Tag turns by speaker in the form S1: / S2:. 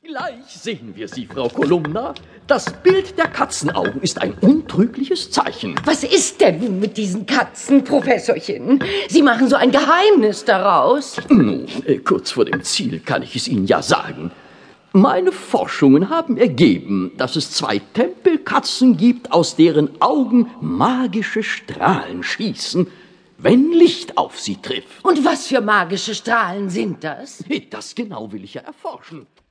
S1: Gleich sehen wir Sie, Frau Kolumna. Das Bild der Katzenaugen ist ein untrügliches Zeichen.
S2: Was ist denn nun mit diesen Katzen, Professorchen? Sie machen so ein Geheimnis daraus.
S1: Nun, äh, kurz vor dem Ziel kann ich es Ihnen ja sagen. Meine Forschungen haben ergeben, dass es zwei Tempelkatzen gibt, aus deren Augen magische Strahlen schießen, wenn Licht auf sie trifft. Äh,
S2: Und was für magische Strahlen sind das?
S1: Das genau will ich ja erforschen.